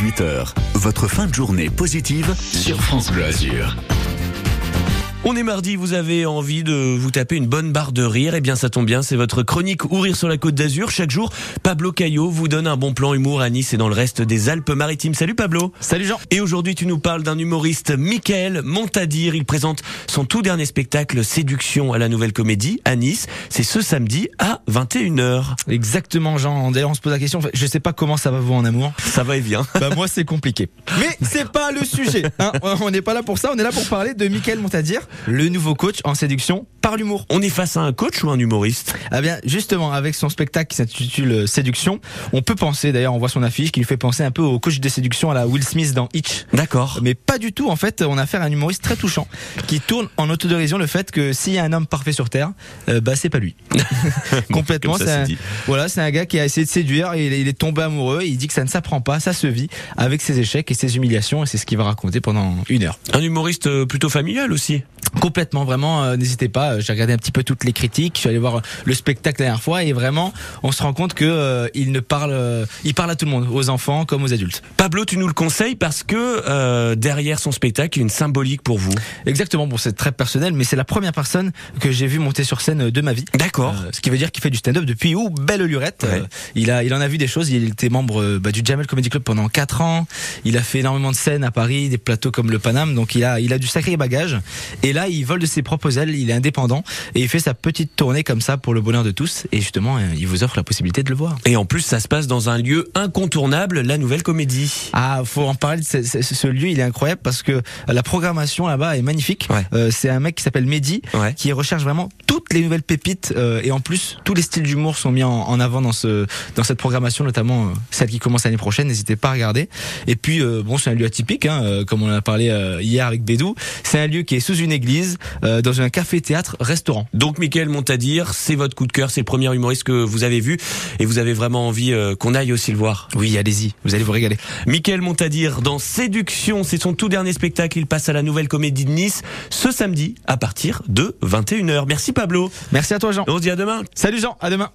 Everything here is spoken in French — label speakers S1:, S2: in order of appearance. S1: 18h, votre fin de journée positive sur France Bleu Azur.
S2: On est mardi, vous avez envie de vous taper une bonne barre de rire, et bien ça tombe bien, c'est votre chronique Ou rire sur la côte d'Azur. Chaque jour, Pablo Caillot vous donne un bon plan humour à Nice et dans le reste des Alpes-Maritimes. Salut Pablo
S3: Salut Jean
S2: Et aujourd'hui tu nous parles d'un humoriste, Michael Montadir. Il présente son tout dernier spectacle Séduction à la Nouvelle Comédie à Nice. C'est ce samedi à 21h.
S3: Exactement Jean, d'ailleurs on se pose la question, je sais pas comment ça va vous en amour,
S2: Ça va et vient.
S3: bah moi c'est compliqué. Mais c'est pas le sujet, hein. on n'est pas là pour ça, on est là pour parler de Michael Montadir, le nouveau coach en séduction par l'humour.
S2: On est face à un coach ou un humoriste
S3: Ah bien justement, avec son spectacle qui s'intitule euh, Séduction, on peut penser, d'ailleurs on voit son affiche, qui lui fait penser un peu au coach de séduction à la Will Smith dans Hitch.
S2: D'accord.
S3: Mais pas du tout, en fait, on a affaire à un humoriste très touchant, qui tourne en autodérision le fait que s'il y a un homme parfait sur Terre, euh, bah c'est pas lui. Complètement,
S2: Comme ça, c'est
S3: un-
S2: dit.
S3: Voilà, c'est un gars qui a essayé de séduire, et il est- il est tombé amoureux, et il dit que ça ne s'apprend pas, ça se vit avec ses échecs et ses humiliations, et c'est ce qu'il va raconter pendant une heure.
S2: Un humoriste euh, plutôt familial aussi.
S3: Complètement, vraiment, euh, n'hésitez pas. euh, J'ai regardé un petit peu toutes les critiques, je suis allé voir euh, le spectacle la dernière fois, et vraiment, on se rend compte que euh, il ne parle, euh, il parle à tout le monde, aux enfants comme aux adultes.
S2: Pablo, tu nous le conseilles parce que euh, derrière son spectacle, il y a une symbolique pour vous.
S3: Exactement, bon, c'est très personnel, mais c'est la première personne que j'ai vu monter sur scène euh, de ma vie.
S2: D'accord.
S3: Euh, ce qui veut dire qu'il fait du stand-up depuis où belle lurette.
S2: Ouais.
S3: Euh, il a, il en a vu des choses. Il était membre euh, bah, du Jamel Comedy Club pendant 4 ans. Il a fait énormément de scènes à Paris, des plateaux comme le Paname. Donc il a, il a du sacré bagage. Et là, il vole de ses propres ailes. Il est indépendant et il fait sa petite tournée comme ça pour le bonheur de tous. Et justement, euh, il vous offre la possibilité de le voir.
S2: Et en plus, ça se passe dans un lieu incontournable, la Nouvelle Comédie.
S3: Ah, faut en parler. de ce- ce- ce lieu, il est incroyable parce que la programmation là-bas est magnifique.
S2: Ouais.
S3: Euh, c'est un mec qui s'appelle Mehdi
S2: Ouais.
S3: qui recherche vraiment toutes les nouvelles pépites euh, et en plus tous les styles d'humour sont mis en, en avant dans ce dans cette programmation notamment euh, celle qui commence l'année prochaine n'hésitez pas à regarder et puis euh, bon c'est un lieu atypique hein, euh, comme on en a parlé euh, hier avec Bédou c'est un lieu qui est sous une église euh, dans un café théâtre restaurant
S2: Donc, Michael Montadir, c'est votre coup de cœur, c'est le premier humoriste que vous avez vu et vous avez vraiment envie euh, qu'on aille aussi le voir.
S3: oui allez-y vous allez vous régaler
S2: Michael Montadir dans Séduction, c'est son tout dernier spectacle. Il passe à la Nouvelle Comédie de Nice ce samedi à partir de 21h. Merci Pablo.
S3: merci à toi Jean
S2: On se dit à demain.
S3: salut Jean à demain